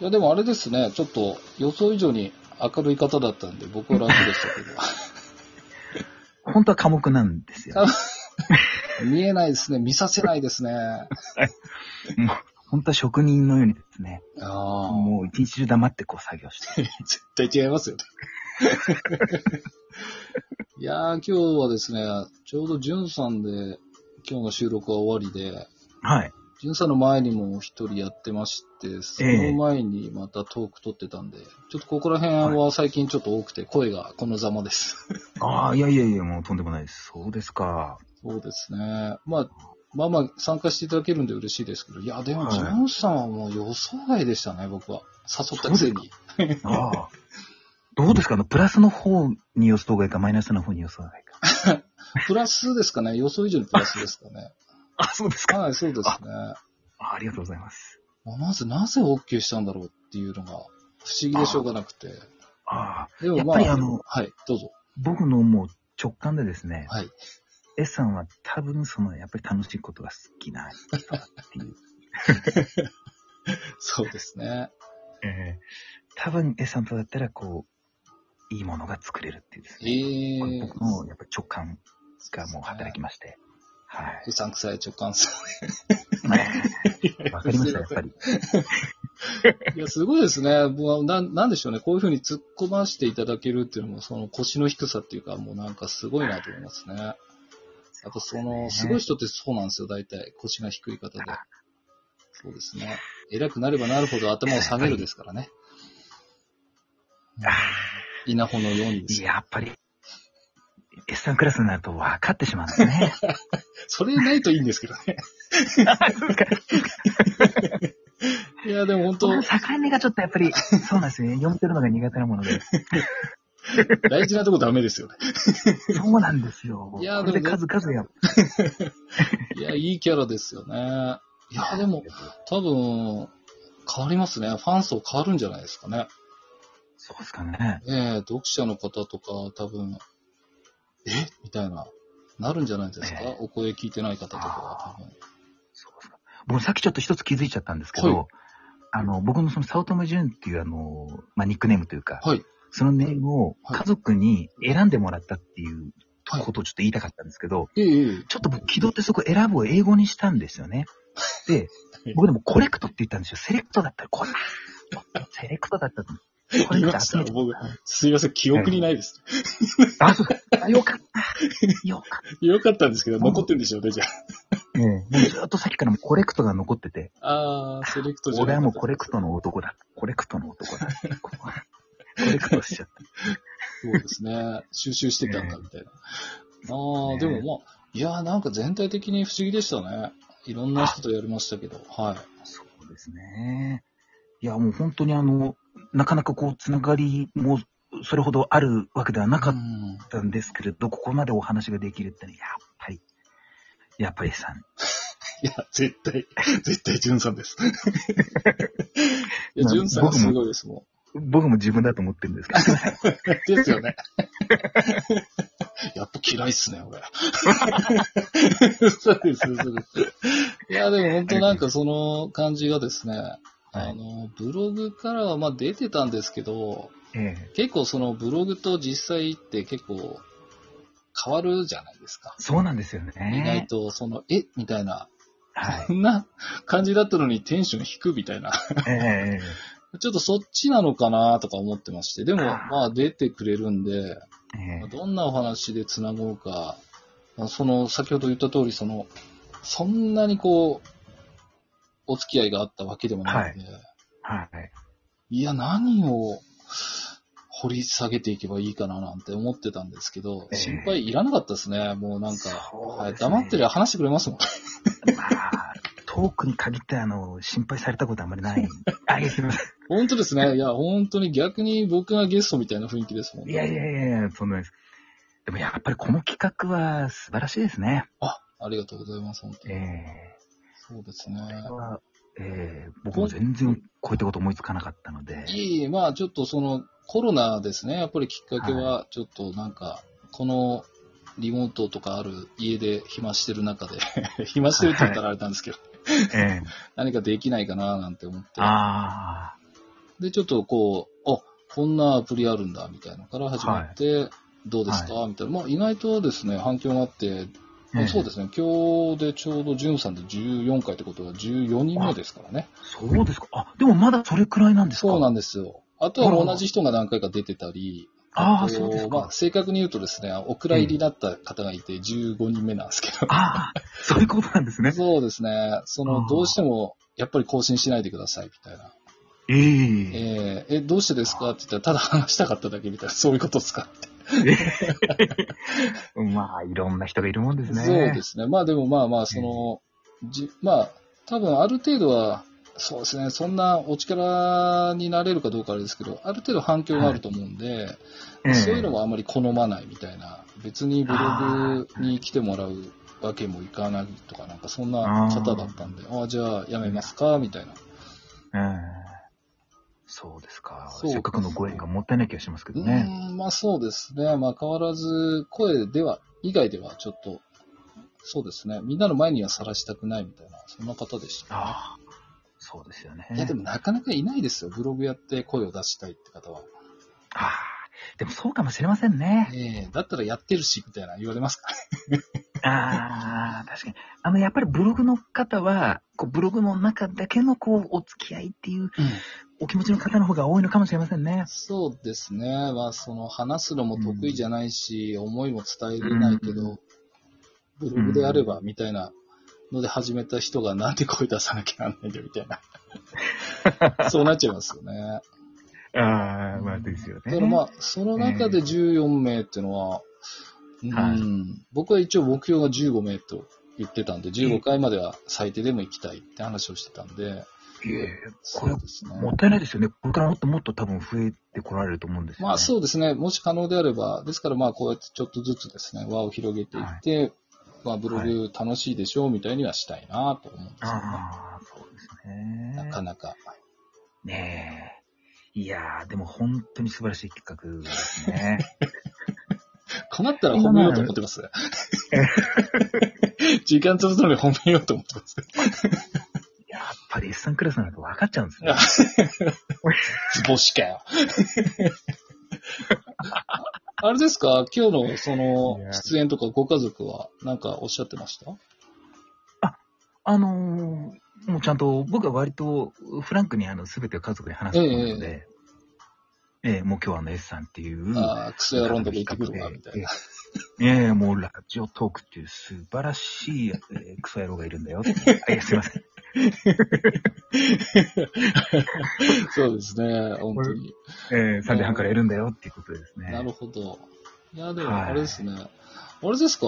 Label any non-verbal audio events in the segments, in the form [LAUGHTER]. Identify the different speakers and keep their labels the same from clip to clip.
Speaker 1: いや、でもあれですね、ちょっと予想以上に明るい方だったんで、僕は楽でしたけど。
Speaker 2: 本当は寡黙なんですよ。
Speaker 1: 見えないですね、見させないですね。
Speaker 2: もう本当は職人のようにですね、
Speaker 1: ああ、
Speaker 2: もう一日中黙ってこう作業して。
Speaker 1: 絶対違いますよ [LAUGHS] ね。いやー、今日はですね、ちょうどじゅんさんで、今日の収録は終わりで、
Speaker 2: はい。
Speaker 1: じゅんさんの前にも一人やってまして、そ
Speaker 2: ええ
Speaker 1: の前にまたトーク撮ってたんで、ちょっとここら辺は最近ちょっと多くて、声がこのざまです。
Speaker 2: ああ、いやいやいや、もうとんでもないです。そうです [LAUGHS] か。
Speaker 1: そうですね。まあ、まあまあ、参加していただけるんで嬉しいですけど、いや、でも、
Speaker 2: はい
Speaker 1: ジョンさんはもう予想外でしたね、僕は。誘ったくせに。
Speaker 2: ああ。どうですかあの、プラスの方に予想がいいか、マイナスの方に予想がいいか。
Speaker 1: プラスですかね、予想以上にプラスですかね。
Speaker 2: あ、そうです。
Speaker 1: はい、そうですね。
Speaker 2: あありがとうございます。
Speaker 1: まあまず、なぜ OK したんだろうっていうのが、不思議でしょうがなくて。
Speaker 2: ああ。
Speaker 1: で
Speaker 2: や
Speaker 1: も
Speaker 2: っ
Speaker 1: まあ、
Speaker 2: ぱりあの
Speaker 1: はい、どうぞ。
Speaker 2: 僕のもう直感でですね、
Speaker 1: はい。
Speaker 2: S さんは多分その、やっぱり楽しいことが好きな人っていう。
Speaker 1: そうですね。
Speaker 2: ええ多分 S さんとだったら、こう、いいものが作れるっていうです
Speaker 1: え
Speaker 2: ね。これ
Speaker 1: ー、
Speaker 2: 僕のやっぱり直感がもう働きまして。は
Speaker 1: うさんくさい直感さ
Speaker 2: い。わかりました、やっぱり。
Speaker 1: いや、すごいですね。もうな、なんでしょうね。こういうふうに突っ込ませていただけるっていうのも、その腰の低さっていうか、もうなんかすごいなと思いますね。やっぱその、すごい人ってそうなんですよ、大体。腰が低い方で。そうですね。偉くなればなるほど頭を下げるですからね。稲穂のようにですよ。
Speaker 2: やっぱり、S さんクラスになると分かってしまうんで
Speaker 1: [LAUGHS]
Speaker 2: すね。
Speaker 1: それないといいんですけどね。いや、でも本
Speaker 2: こ
Speaker 1: [LAUGHS] 当
Speaker 2: の、境目がちょっとやっぱり、そうなんですね。読み取るのが苦手なもので。
Speaker 1: 大事なとこダメですよね。
Speaker 2: そうなんですよ。
Speaker 1: いや
Speaker 2: これで
Speaker 1: でも
Speaker 2: 数々やっ
Speaker 1: いや、いいキャラですよね。いや、でも、多分、変わりますね。ファン層変わるんじゃないですかね。
Speaker 2: そうですかね。
Speaker 1: ええ読者の方とか、多分、えみたいな、なるんじゃないですか、
Speaker 2: え
Speaker 1: お声聞いてない方とかは多分。
Speaker 2: そうですか。僕さっきちょっと一つ気づいちゃったんですけど、
Speaker 1: はい
Speaker 2: あの、僕のその、サウトムジュンっていうあの、まあ、ニックネームというか、
Speaker 1: はい。
Speaker 2: そのネームを
Speaker 1: はい
Speaker 2: 家族に選んでもらったっていう
Speaker 1: はい
Speaker 2: ことをちょっと言いたかったんですけど、
Speaker 1: ええええ
Speaker 2: ちょっと僕、気取ってそこ選ぶを英語にしたんですよね。で
Speaker 1: はい、
Speaker 2: 僕でもコレクトって言ったんですよ。セレクトだったらこんな。セレクトだったら、コレ
Speaker 1: 言いま
Speaker 2: クト
Speaker 1: し
Speaker 2: 集
Speaker 1: た
Speaker 2: めて。
Speaker 1: 僕、すいません、記憶にないです。
Speaker 2: あ、そうあよかった。よかっ
Speaker 1: よかったんですけど、残ってんでしょうね、じゃ
Speaker 2: た。もうずっとさっきからもうコレクトが残ってて、
Speaker 1: あ。あー、セレクトじゃ
Speaker 2: 俺
Speaker 1: な
Speaker 2: はもう
Speaker 1: い
Speaker 2: コレクトの男だ。コレクトの男だ。
Speaker 1: [LAUGHS]
Speaker 2: ここはコレクトしちゃっ
Speaker 1: そうですね。収集してたんだ、みたいな。ああ、
Speaker 2: ね
Speaker 1: でもまあ、いやー、なんか全体的に不思議でしたね。いろんな人とやりましたけど、はい。
Speaker 2: た。そうですね。いや、もう本当にあの、なかなかこう、つながりも、それほどあるわけではなかった
Speaker 1: うん
Speaker 2: ったんですけれど、ここまでお話ができるってのは、やっぱり、やっぱりさん。
Speaker 1: いや、絶対、絶対、じゅんさん
Speaker 2: [LAUGHS]
Speaker 1: です。いや、
Speaker 2: まあ
Speaker 1: じゅんさんはすごいですも
Speaker 2: 僕も自分だと思ってるんですけど、すいません
Speaker 1: ん。ですよね。 [LAUGHS] やっぱ嫌いっすね、俺。そうです、そうです。いや、でも本当なんかその感じがですね、あの、ブログからはまあ出てたんですけど、
Speaker 2: [LAUGHS] ええ
Speaker 1: 結構そのブログと実際って結構変わるじゃないですか。
Speaker 2: そうなんですよ
Speaker 1: 意外
Speaker 2: ね。
Speaker 1: とその、えみたいな、
Speaker 2: はい。
Speaker 1: こんな感じだったのにテンション低くみたいな。
Speaker 2: ええ
Speaker 1: ちょっとそっちなのかなとか思ってまして。でも、
Speaker 2: あー
Speaker 1: まあ出てくれるんで、
Speaker 2: ええ
Speaker 1: まあどんなお話でつなごうか、まあその、先ほど言った通り、その、そんなにこう、お付き合いがあったわけでもないので、
Speaker 2: はい。
Speaker 1: い、や、何を掘り下げていけばいいかななんて思ってたんですけど、
Speaker 2: ええ
Speaker 1: 心配いらなかったですね。もうなんか、
Speaker 2: そ
Speaker 1: は
Speaker 2: う
Speaker 1: い
Speaker 2: ですね
Speaker 1: 黙ってりゃ話してくれますもん。
Speaker 2: まあ、トークに限って、あの、心配されたことあんまり [LAUGHS] ない。あ、いや、すみませ
Speaker 1: 本当ですね。いや、本当に逆に僕がゲストみたいな雰囲気ですもん
Speaker 2: ん。いやいやいやいや、そんなです。でもやっぱりこの企画は素晴らしいですね。
Speaker 1: あ、ありがとうございます、本当
Speaker 2: え
Speaker 1: に。
Speaker 2: え
Speaker 1: そうですね。
Speaker 2: これはええ僕も全然こういったこと思いつかなかったので。
Speaker 1: いい、まあちょっとそのコロナですね、やっぱりきっかけは、ちょっとなんか、このリモートとかある家で暇してる中で、 [LAUGHS] 暇してるって言ったらあれなんですけど、
Speaker 2: ええ
Speaker 1: 何かできないかななんて思って、
Speaker 2: ああ。。
Speaker 1: で、ちょっとこう、あ、こんなアプリあるんだ、みたいなのから始まって、どうですか、みたいな。まあ、意外とですね、反響があって、まあそうですすね、今日でちょうどジュンさんで14回ってことは14人目ですからね。
Speaker 2: そうですか。あ、でもまだそれくらいなんですか
Speaker 1: そうなんんですよ。あとは同じ人が何回か出てたり、
Speaker 2: ああ、
Speaker 1: と
Speaker 2: そうです
Speaker 1: まあ
Speaker 2: か。
Speaker 1: 正確に言うとですね、お蔵入りだった方がいて15人目なんですけど。
Speaker 2: ああ、そういうことなんです [LAUGHS] ね。
Speaker 1: そうですね。そ
Speaker 2: あ
Speaker 1: の、
Speaker 2: ー
Speaker 1: どうしても、やっぱり更新しないでください、みたいな。
Speaker 2: ええ
Speaker 1: えーえ、どうしてですかって言ったら、ただ話したかっただけみたいな、そういうことですかって。
Speaker 2: まあ、いろんな人がいるもんですね。
Speaker 1: そうですね。まあでもまあまあ、その、じまあ、多分ある程度は、そうですね、そんなお力になれるかどうかあれですけど、ある程度反響があると思うんで、
Speaker 2: ええ
Speaker 1: そういうのはあまり好まないみたいな、別にブログに来てもらうわけもいかないとか、なんかそんな方だったんで、ああ、じゃあやめますか、みたいな。
Speaker 2: うんそうですか。
Speaker 1: そうですね
Speaker 2: せっかくのご縁がもったいない気がしますけ
Speaker 1: う
Speaker 2: どね。
Speaker 1: ーん、まあそうですね。まあ変わらず、声では、以外ではちょっと、そうですね。みんなの前にはさらしたくないみたいな、そんな方でした。
Speaker 2: ああ、そうですよね。
Speaker 1: いや、でもなかなかいないですよ。ブログやって声を出したいって方は。
Speaker 2: ああ、でもそうかもしれませんね。
Speaker 1: ええだったらやってるし、みたいな言われますからね。
Speaker 2: ああ、確かに。あの、やっぱりブログの方は、こうブログの中だけのこう、お付き合いっていうお気持ちの方の方が多いのかもしれませんね。
Speaker 1: そうですね。まあ、その、話すのも得意じゃないし、思いも伝えれないけど、ブログであれば、みたいなので始めた人が、なんで声出さなきゃなんないんだよ、みたい
Speaker 2: [LAUGHS]
Speaker 1: な。そうなっちゃいますよね。
Speaker 2: あ
Speaker 1: まあです
Speaker 2: よね
Speaker 1: だからまあ、その中で14名ってのは、うん
Speaker 2: はい
Speaker 1: 僕は一応目標が15名と言ってたんで、15回までは最低でも行きたいって話をしてたんで、
Speaker 2: いえいえこ
Speaker 1: そ
Speaker 2: れ
Speaker 1: う、ですね。
Speaker 2: もったいないですよね。これからもっともっと多分増えてこられると思うんですよね。
Speaker 1: まあそうですね、もし可能であれば、ですからまあこうやってちょっとずつですね、輪を広げていって、まあブログ楽しいでしょうみたいにはしたいなと思うんですよね。
Speaker 2: ああ、そうですね。
Speaker 1: なかなか。
Speaker 2: ねえ。いやー、でも本当に素晴らしい企画で
Speaker 1: [LAUGHS]
Speaker 2: すね。
Speaker 1: 困ったら褒めようと思ってます。時間潰すので褒めようと思ってます。
Speaker 2: やっぱり S さんクラスになると分かっちゃうんですね。
Speaker 1: 図星かよ。あれですか今日のそ
Speaker 2: いや
Speaker 1: の出演とかご家族はなんかおっしゃってました
Speaker 2: あのー、もうちゃんと、僕は割とフランクにあの全てを家族に話す方なので、ええもう今日はあの S さんっていう、
Speaker 1: ああ、クソ野郎んとこ行ってくるわ、みたいな。
Speaker 2: ええええもうラジオトークっていう素晴らしい、ええクソ野郎がいるんだ
Speaker 1: [LAUGHS]
Speaker 2: よっていう。あいや、すいません。
Speaker 1: そうですね、本当に。
Speaker 2: ええ3時半からいるんだよっていうことですね。
Speaker 1: なるほど。いや、でもあれですね。あれですか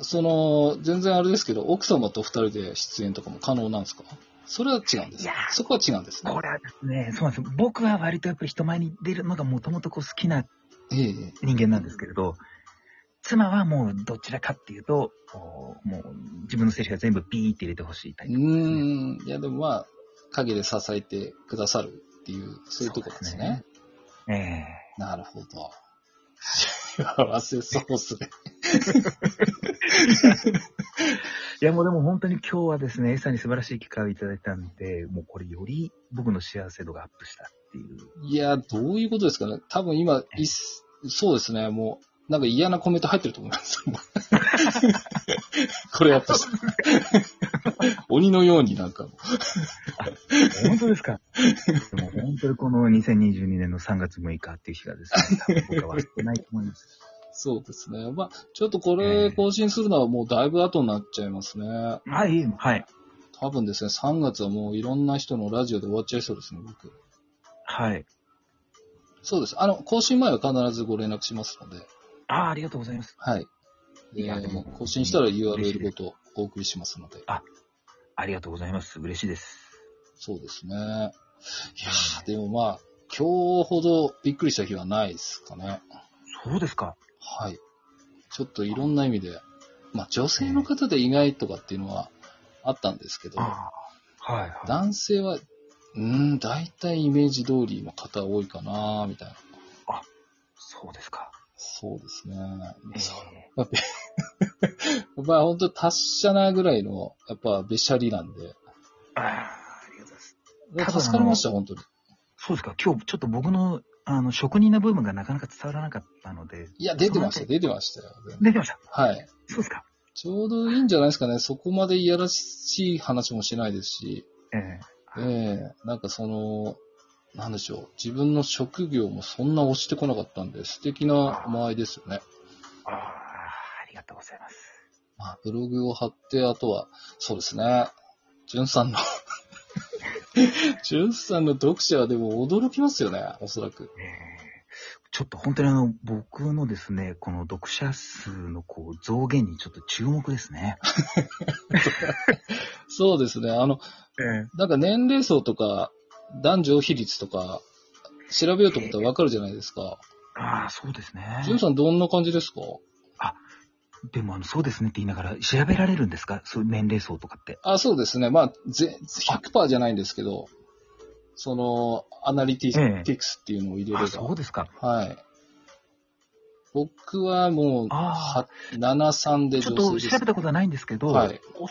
Speaker 1: その、全然あれですけど、奥様と二人で出演とかも可能なんですかそれは違うんで
Speaker 2: い
Speaker 1: す
Speaker 2: や
Speaker 1: かそこは違うんですね
Speaker 2: こ。れはですね、そうなんですよ。僕は割とやっぱり人前に出るのがもともとこう好きな
Speaker 1: えええ
Speaker 2: 人間なんですけれど、妻はもうどちらかっていうと、こうもう自分の精子が全部ビーって入れてほしいタイ
Speaker 1: え。う
Speaker 2: プ。
Speaker 1: ーん。いや、でもまあ、陰で支えてくださるっていう、そういうとこなんですね。
Speaker 2: ええ
Speaker 1: なるほど。 [LAUGHS] 幸せそうですね。
Speaker 2: いやもうでも本当に今日はですね、エサに素晴らしい機会をいただいたんで、もうこれより僕の幸せ度がアップしたっていう。
Speaker 1: いや、どういうことですかね。多分今、いっそうですね、もう、なんか嫌なコメント入ってると思います。 [LAUGHS] これやっ
Speaker 2: [LAUGHS]
Speaker 1: ぱ、鬼のようになんか、
Speaker 2: 本当で
Speaker 1: [LAUGHS]
Speaker 2: すかでも本当にこの2022年の3月6日っていう日がですね、多分僕は忘れないと思います。
Speaker 1: そうですね。まあ、ちょっとこ
Speaker 2: え
Speaker 1: れ
Speaker 2: え
Speaker 1: 更新するのはもうだいぶ後になっちゃいますね。
Speaker 2: はい、はい、
Speaker 1: 多分ですね、3月はもういろんな人のラジオで終わっちゃいそうですね、僕。
Speaker 2: はい。
Speaker 1: そうです。あの、更新前は必ずご連絡しますので。
Speaker 2: ああ、ありがとうございます。
Speaker 1: はい。え
Speaker 2: いやでも
Speaker 1: ー更新したら
Speaker 2: 嬉しい
Speaker 1: URL
Speaker 2: で
Speaker 1: ご
Speaker 2: す
Speaker 1: とお送りしますので。
Speaker 2: ありがとうございます。嬉しいです。
Speaker 1: そうですね。いやーでもまあ、今日ほどびっくりした日はないですかね。
Speaker 2: そうですか。
Speaker 1: はい。ちょっといろんな意味で、まあ女性の方で意外とかっていうのはあったんですけど、
Speaker 2: ああ。はい、はい。
Speaker 1: 男性は、うーん、大体イメージ通りの方多いかなみたいな。
Speaker 2: そうですか。
Speaker 1: そうですね。
Speaker 2: え
Speaker 1: まあ本当達者なぐらいの、やっぱべしゃりなんで、
Speaker 2: えああ、ありがとうございます。多分あの
Speaker 1: 助かりました、本当に。
Speaker 2: そうですか、今日ちょっと僕の、あの、職人の部分がなかなか伝わらなかったので。
Speaker 1: いや、出てました、出てましたよ。
Speaker 2: 出てました。
Speaker 1: はい。
Speaker 2: そうですか。
Speaker 1: ちょうどいいんじゃないですかね。そこまでいやらしい話もしないですし、
Speaker 2: え
Speaker 1: え
Speaker 2: え
Speaker 1: えなんかその、なんでしょう。自分の職業もそんな押してこなかったんで、素敵な間合いですよね。
Speaker 2: ああ、ありがとうございます。
Speaker 1: まあ、ブログを貼って、あとは、そうですね。じゅんさんの、 [LAUGHS] じゅんさんの読者はでも驚きますよね、おそらく。
Speaker 2: ええちょっと本当にあの、僕のですね、この読者数のこう増減にちょっと注目ですね。
Speaker 1: そうですね。あの、
Speaker 2: ええ
Speaker 1: なんか年齢層とか、男女比率とか、調べようと思ったらわかるじゃないですか。
Speaker 2: ああ、そうですね。
Speaker 1: じゅんさんどんな感じですか
Speaker 2: でもあの、そうですねって言いながら、調べられるんですかそういう年齢層とかって。
Speaker 1: あ、そうですね。まあ、ぜ100%じゃないんですけど、その、アナリテ
Speaker 2: ええ
Speaker 1: ィクスっていうのを入れ
Speaker 2: あ
Speaker 1: れば。
Speaker 2: そうですか。
Speaker 1: はい。僕はもう、
Speaker 2: あ
Speaker 1: は73で
Speaker 2: ちょっ
Speaker 1: 女性
Speaker 2: と
Speaker 1: です。
Speaker 2: 調べたことはないんですけど、
Speaker 1: はい
Speaker 2: お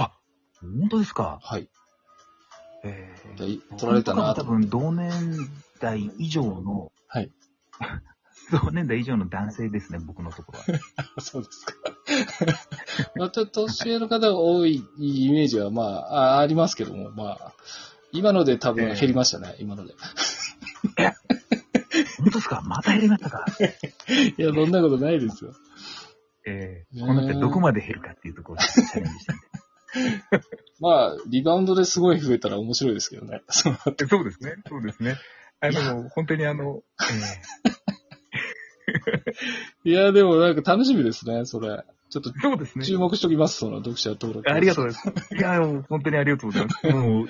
Speaker 2: あ、本当ですか。
Speaker 1: はい。
Speaker 2: え
Speaker 1: じゃ
Speaker 2: ー、
Speaker 1: あ取られたな
Speaker 2: 僕と
Speaker 1: と
Speaker 2: かも多分同年代以上の、
Speaker 1: はい。
Speaker 2: [LAUGHS] 同年代以上の男性ですね、僕のところ
Speaker 1: [LAUGHS]
Speaker 2: は。
Speaker 1: そうですか。まあ、ちょっと年上の方が多いイメージは、まあ、あありますけども、まあ、今ので多分減りましたね、今
Speaker 2: [LAUGHS]
Speaker 1: ので。
Speaker 2: 本当ですかまた減りましたか。
Speaker 1: いや、そんなことないですよ。
Speaker 2: え
Speaker 1: ね
Speaker 2: ー、こうなってどこまで減るかっていうところをチャレンジしたい
Speaker 1: まあ、リバウンドですごい増えたら面白いですけどね。そうなって
Speaker 2: [LAUGHS] そうですね、そうですね。あの、本当にあの、
Speaker 1: いや、でもなんか楽しみですね、それ。ちょっと
Speaker 2: そうです
Speaker 1: 注目しときます、その読者登録。
Speaker 2: ありがとうございます。いや、もう本当にありがとうございます。もう、